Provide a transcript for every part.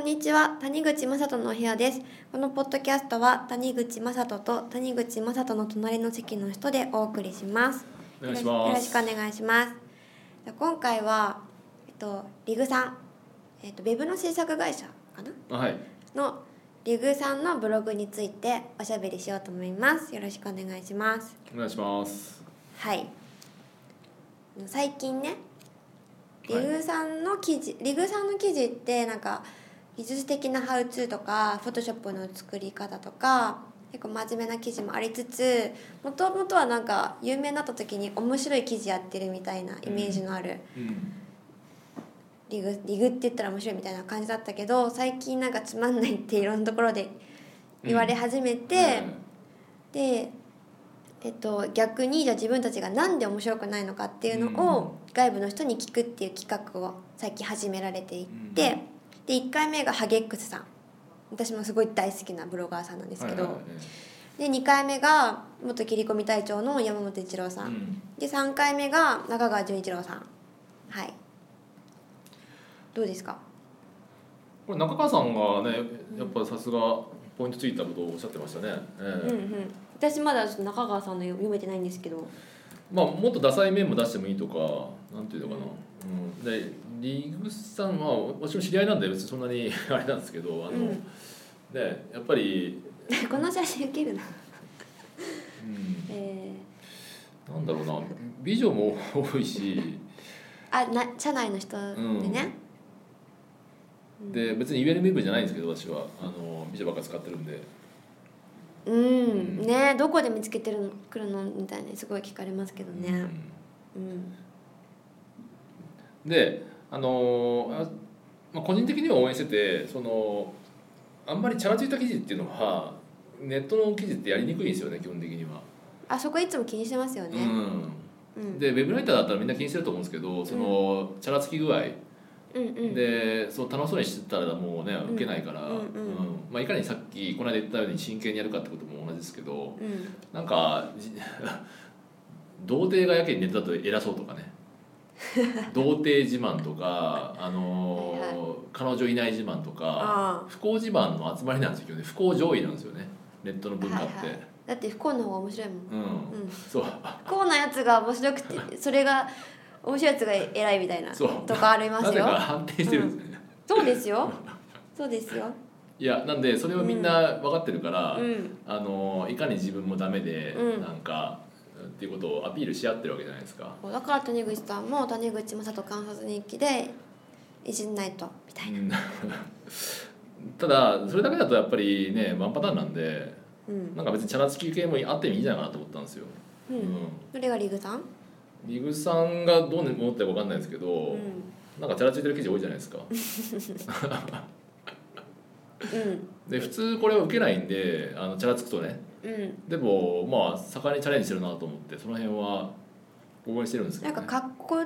んにちは谷口雅人のお部屋ですこのポッドキャストは谷口雅人と谷口雅人の隣の席の人でお送りしますお願いしますよろしくお願いしますじゃあ今回はえっとリグさんえっとウェブの制作会社かなはいのリグさんのブログについておしゃべりしようと思いますよろしくお願いしますお願いしますはい最近ねリはいグさんの記事、リグさんの記事ってなんか技術的なハウツーとかフォトショップの作り方とか結構真面目な記事もありつつもともとはなんか有名になった時に面白い記事やってるみたいなイメージのある、うんリグリグって言ったら面白いみたいな感じだったけど最近なんかつまんないっていろんなところで言われ始めて、で、えっと、逆にじゃあ自分たちがなんで面白くないのかっていうのを外部の人に聞くっていう企画を最近始められていて、うんで1回目がハゲックスさん私もすごい大好きなブロガーさんなんですけど、で2回目が元切り込み隊長の山本一郎さん、で3回目が中川純一郎さんはいどうですかこれ中川さんがねやっぱさすがポイントついたことをおっしゃってましたね、えうんえうん私まだちょっと中川さんの読めてないんですけどまあもっとダサい面も出してもいいとかなんていうのかな、うんでリグさんは私も知り合いなんで別にそんなに あれなんですけどあの、うんねやっぱり、 この写真受けるなうんえなんだろうな美女も多いしー、あな社内の人でね、うん、で別に UNMF じゃないんですけど私はあの美女ばっか使ってるんでうん、うんねどこで見つけてるの来るのみたいにすごい聞かれますけどねうんであのーあまあ、個人的には応援しててそのあんまりチャラついた記事っていうのはネットの記事ってやりにくいんですよね基本的には。あそこいつも気にしてますよねううん、んでウェブライターだったらみんな気にしてると思うんですけどその、チャラつき具合うんうんでそう楽しそうにしてたらもうね受けないから、うんうんまあ、いかにさっきこの間言ったように真剣にやるかってことも同じですけどうんなんか じ童貞がやけにネタだと偉そうと かね童貞自慢とか、あのーはい彼女いない自慢とかああ不幸自慢の集まりなんですよね不幸上位なんですよねネットの文化って、はいはいだって不幸の方が面白いもん、うん、うん、そう不幸なやつが面白くてそれが面白いやつが偉いみたいなそうとかありますなぜよか安定してるんですよね、そうです よ。そうですよ。いやなんでそれをみんな分かってるから、うん。あのーいかに自分もダメで、うんなんかっていうことをアピールし合ってるわけじゃないですか。だから谷口さんも谷口正人観察日記でいじんないとみたいな。ただそれだけだとやっぱりねワンパターンなんでうん。なんか別にチャラつき系もあってもいいんじゃないかなと思ったんですよ。う。うんどれがリグさん？リグさんがどう思ってるか分かんないですけど、うん。なんかチャラついてる記事多いじゃないですか。うん。で普通これを受けないんであのチャラつくとねうん。でもまあ盛んにチャレンジしてるなと思ってその辺は応援してるんですけなど、んね、かかっこ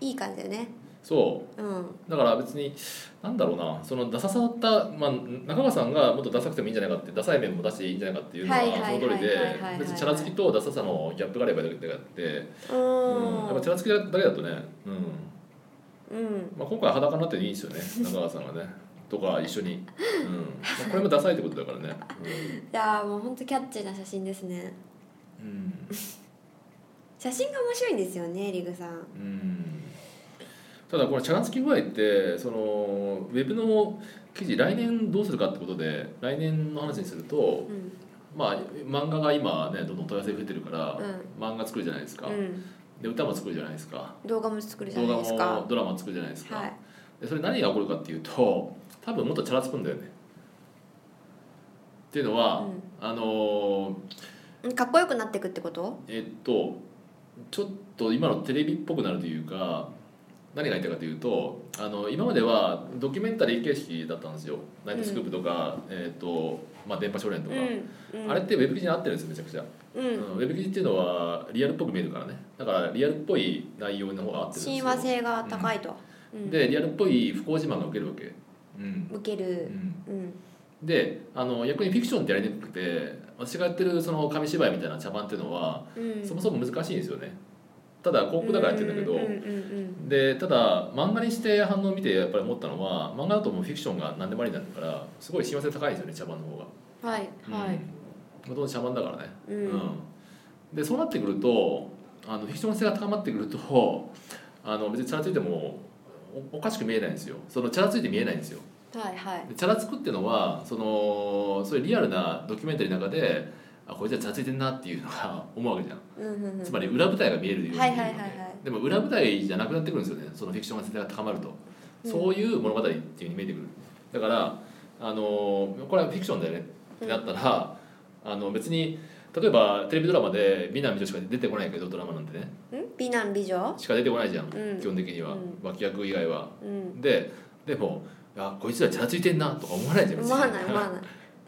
いい感じだよね。そううん。だから別になんだろうなそのダサさだった、まあ、中川さんがもっとダサくてもいいんじゃないかってダサい面も出していいんじゃないかっていうのははいはいはいその通りではいはいはい別にチャラつきとダサさのギャップがあればいいだけであって、ううん、やっぱチャラつきだけだとね、うんん。うん。まあ、今回裸になっていいんですよ ね中川さんがねとか一緒に、うんまあ、これもダサいってことだからね、いやーもう本当キャッチーな写真ですね。うんうん写真が面白いんですよねリグさん。うんただこれチャラつき具合ってそのウェブの記事来年どうするかってことで来年の話にするとうん。まあ漫画が今ねどんどん問い合わせ増えてるから、漫画作るじゃないですか、うん。で歌も作るじゃないですか動画も作るじゃ動ない画ですかも。ドラマも作るじゃないですか、はい。でそれ何が起こるかっていうと多分もっとチャラつくんだよねっていうのは、うんあのーうんかっこよくなっていくってこと？えっとちょっと今のテレビっぽくなるというか何が言いたいかというとあの今まではドキュメンタリー形式だったんですよ「ナイトスクープ」とか「えっとまあ、電波少年」とか、うん。うんあれってウェブ記事に合ってるんですよめちゃくちゃ。うん。うんウェブ記事っていうのはリアルっぽく見えるからねだからリアルっぽい内容の方が合ってるんですよ親和性が高いと、うんでリアルっぽい不幸自慢が受けるわけ、うん受けうる、ん、うんであの逆にフィクションってやりにくくて私がやってるその紙芝居みたいな茶番っていうのは、うん、そもそも難しいんですよねただ広告だからやってるんだけど、うんうんうんでただ漫画にして反応を見てやっぱり思ったのは漫画だともうフィクションが何でもありになるからすごい親和性高いんですよね茶番の方が。うんはいはい、もともと茶番だからね、うんでそうなってくるとあのフィクション性が高まってくるとあの別にチャラついてもおおかしく見えないんですよそのチャラついて見えないんですよはいはいでチャラつくっていうのはそのそういうリアルなドキュメンタリーの中であこれじゃチャラついてんなっていうのが思うわけじゃん、うんうんうんつまり裏舞台が見えるようにはいはいはいはいでも裏舞台じゃなくなってくるんですよねそのフィクション性が高まると、うんそういう物語っていう風に見えてくるだからあのこれはフィクションだよねってなったら、あの別に例えばテレビドラマで美男美女しか出てこないけどドラマなんてねん美男美女しか出てこないじゃん、うん基本的には、うん脇役以外はうんででもあこいつらチャラついてんなとか思わないじゃん別に思わない思 わない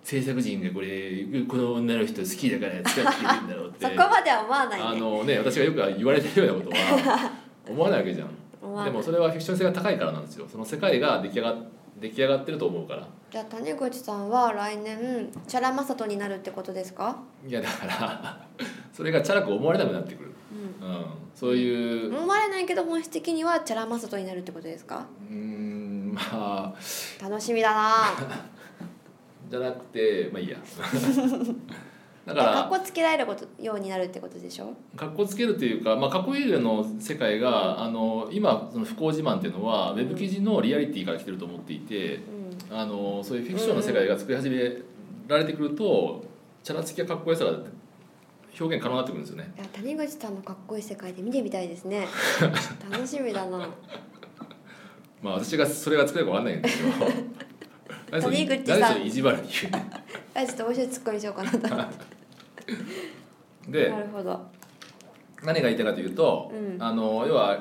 制作陣がこれこの女の人好きだから付き合ってくれるんだろうっ てそこまでは思わなあいねのね私がよく言われてるようなこと は思わないわけじゃん思わでないもそれはフィクション性が高いからなんですよその世界が出来上がっ出来上がってると思うからじゃあ谷口さんは来年チャラマサトになるってことですかいやだから それがチャラく思われなくなってくる、うんそういう思われないけど本質的にはチャラマサトになるってことですかうーんまあ楽しみだな じゃなくてまあいいや でかだからっこつけられることようになるってことでしょかっこつけるというか、まあ、かっこいいの世界があの今その不幸自慢っていうのはウェブ記事のリアリティから来てると思っていてうんあのそういうフィクションの世界が作り始められてくるとチャラつきやかっこよさが表現可能になってくるんですよねいや谷口さんのかっこいい世界で見てみたいです ね楽しみだなまあ私がそれが作れるかわかんないんですけ ど何それ谷口さん何それ意地悪に言あちょっと面白いツッコミしようかなと思ってう でなるほど何が言いたいかというと、うんあの要は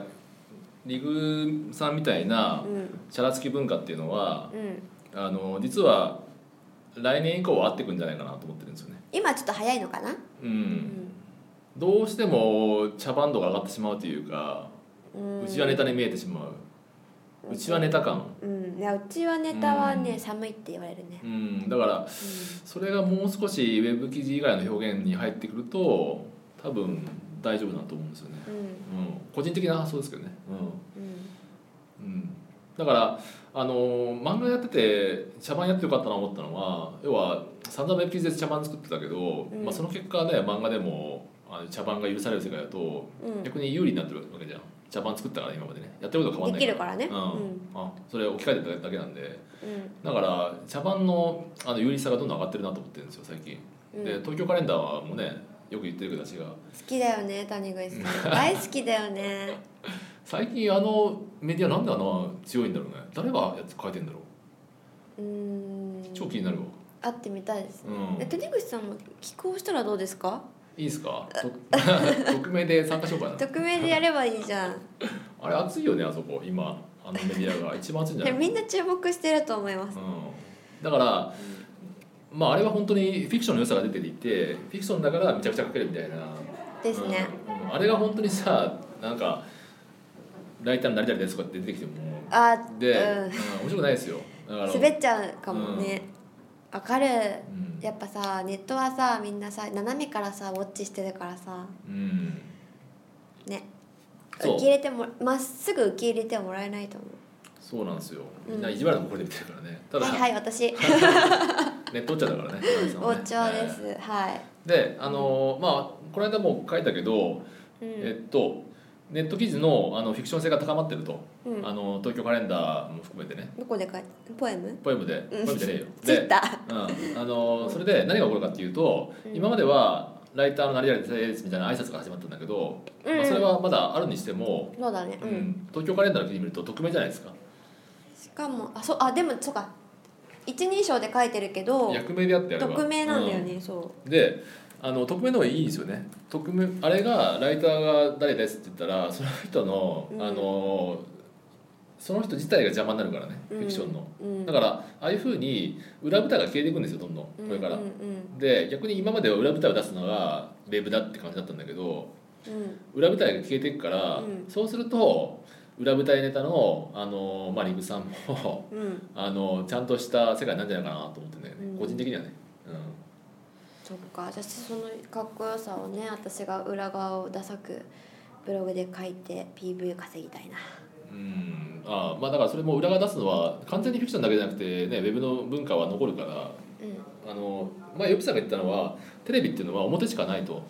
リグさんみたいなうんチャラつき文化っていうのはうんあの実は来年以降は合ってくんじゃないかなと思ってるんですよね。今ちょっと早いのかなう、うんんどうしても茶番度が上がってしまうというか、うんうちはネタに見えてしまう。うちはネタ感。うんいやうちはネタはね、うん寒いって言われるね、うん、だからそれがもう少しウェブ記事以外の表現に入ってくると多分大丈夫だと思うんですよね、うんうん、個人的な発想ですけどね、うんうんうん、だからあのー漫画やってて茶番やってよかったな思ったのは要は散々ウェブ記事で茶番作ってたけど、うんまあ、その結果ね漫画でもあの茶番が許される世界だとうん逆に有利になってるわけじゃん茶番作ったから今までねやってることはう変わんでんなきいるからねうんあそれ置き換えてただけなんでうんだから茶番のあの有利さがどんどん上がってるなと思ってるんですよ最近。うんで東京カレンダーはもうねよく言ってるけど私が好きだよね谷口 さん大好きだよね最近あのメディアなんであんな強いんだろうね誰がやって書いてんだろうんう超気になるわ会ってみたいですうね、んえ谷口さんも寄稿したらどうです かいいですかと 匿名で参加しようかな匿名でやればいいじゃんあれ熱いよねあそこ今あのメディアが一番熱いんじゃえないみんな注目してると思いますうん、だからまああれは本当にフィクションの良さが出ていてフィクションだからめちゃくちゃ書けるみたいなですね、うんうんあれが本当にさなんかライターになりたいですとかって出てきてもあうで、うん、面白くないですよだかん、ら滑っちゃうかもねわ、かるうんやっぱさネットはさみんなさ斜めからさウォッチしてるからさうんね受そうけ入れてもまっすぐ受け入れてもらえないと思そうなんですようんみんな意地悪な心で見てるからねたうだ、はいはい 私ネットウォッチャーだからね高橋さんおはね茶です、えはい、ーであのーまあこの間も書いたけど、うんえっとネット記事のあのフィクション性が高まってると、うん、あの東京カレンダーも含めてねどこで書いポエムポエムでポエムじゃね えよツイッで、ターうん、あのーそれで何が起こるかっていうと、うん今まではライターのなりやりですみたいな挨拶が始まったんだけど、うんまあ、それはまだあるにしても、そうだねう、うんん、東京カレンダーの記事見ると匿名じゃないですかしかもあそうあでもそうか一人称で書いてるけど役名であってあれば匿名なんだよね、そであの匿名の方がいいんですよね匿名あれがライターが誰ですって言ったらその人の、うんあのその人自体が邪魔になるからね、うんフィクションのう、うん、だからああいうふうに裏舞台が消えていくんですよどんどんこれから、うんうんで逆に今までは裏舞台を出すのがレブだって感じだったんだけどうんうん裏舞台が消えていくから、うんそうすると裏舞台ネタのあの、まあ、リグさんも うんあのちゃんとした世界なんじゃないかなと思ってね、うん個人的にはね、うん、そっか私そのかっこよさをね私が裏側をダサくブログで書いて PV 稼ぎたいなうんあまあだからそれも裏が出すのは完全にフィクションだけじゃなくてねウェブの文化は残るからうあの前ヨピさんが言ったのはテレビっていうのは表しかないとだか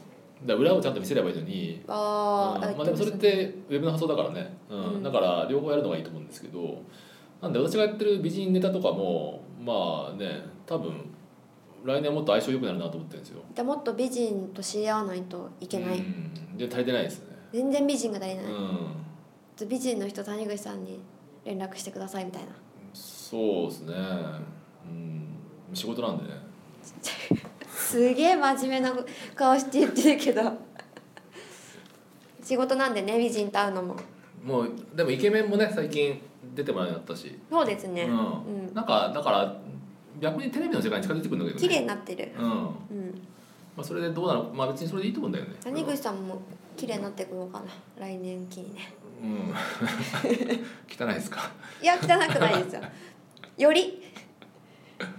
ら裏をちゃんと見せればいいのにんあうんー、まあ、でもそれってウェブの発想だからね、うんうんだから両方やるのがいいと思うんですけどなんで私がやってる美人ネタとかもまあね多分来年はもっと相性良くなるなと思ってるんですよじゃあもっと美人と知り合わないといけない、うんで足りてないですね全然美人が足りうない、ん美人の人谷口さんに連絡してくださいみたいなそうですねうん仕事なんでねすげえ真面目な顔して言ってるけど仕事なんでね美人と会うのももうでもイケメンもね最近出てもらうようになったし、そうですねううんん、なんかだから逆にテレビの世界に近づいてくるんだけどね綺麗になってる、うんうまん、あ、それでどうなのまあ別にそれでいいと思うんだよね谷口さんも綺麗になってくのかな来年期にねうん汚いですかいや汚くないですよより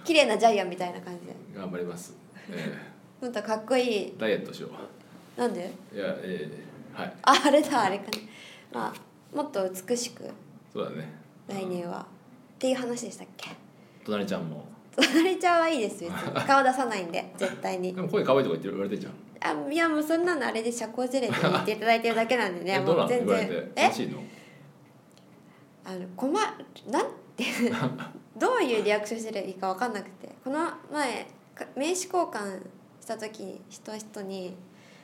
綺麗なジャイアンみたいな感じで頑張ります、えほんとかっこいいーダイエットしようなんでいやえーはいああれだあれかねまあもっと美しくそうだね来年はっていう話でしたっけ隣ちゃんも隣ちゃんはいいです別に顔出さないんで絶対にでも声可愛いとか言って言われてんじゃんあいやもうそんなのあれで社交辞令で言っていただいてるだけなんでねえどうなもうの言全われ然てえ嬉しいのあの困るなんて どういうリアクションしてればいいか分かんなくてこの前か名刺交換した時に人人に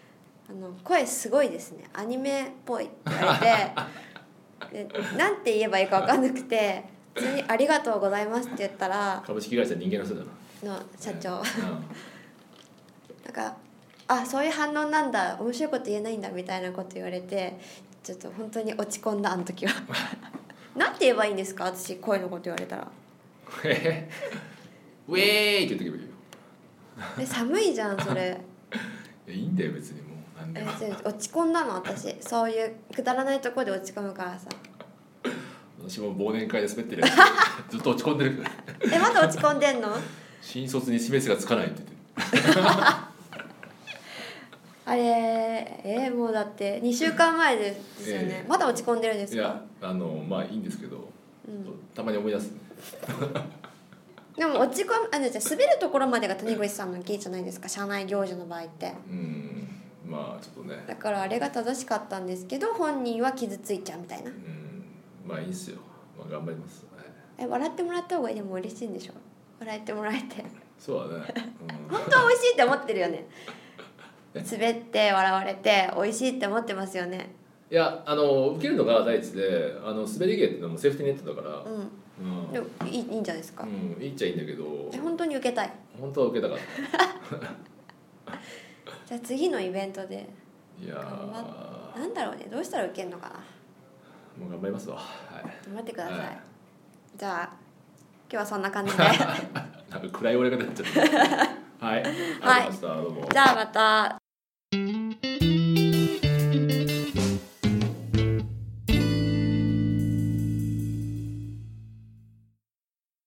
「あの声すごいですねアニメっぽい」って言われてでなんて言えばいいか分かんなくて普通に「ありがとうございます」って言ったら株式会社人間の人だなの社長うんなんか「あそういう反応なんだ面白いこと言えないんだ」みたいなこと言われてちょっと本当に落ち込んだあの時 は。なんて言えばいいんですか私声のこと言われたら。えウェーイって言ってけばいいよえ寒いじゃんそ れいやいいんだよ別にもうなんでえもちょ落ち込んだの私そういうくだらないところで落ち込むからさ私も忘年会で滑ってるやつ ずっと落ち込んでるからえまだ落ち込んでんの新卒に示すがつかないって言ってるあれえもうだって2週間前ですよね、ええまだ落ち込んでるんですいかやあのまあいいんですけど、うんたまに思い出すねでも落ち込むあじゃあ滑るところまでが谷口さんの芸じゃないですか社内行事の場合ってうんまあちょっとねだからあれが正しかったんですけど本人は傷ついちゃうみたいなうんまあいいんすよ、まあ、頑張ります、はいえ笑ってもらった方がいいでも嬉しいんでしょ笑ってもらえてそうだね、本当は美味しいって思ってるよね滑って笑われて美味しいって思ってますよねうん、いやあの受けるのが第一であの滑り芸っていうのもセーフティーネットだからううんんでもいいいいんじゃないですか、うん、いいっちゃいいんだけどえ本当に受けたい本当は受けたかったじゃあ次のイベントでいやー頑もなんだろうねどうしたら受けるのかなう頑張りますわはい 頑張ってください、はいじゃあ今日はそんな感じで なんか暗い終わり方になっちゃったはいありがとうございました、どうもじゃあまた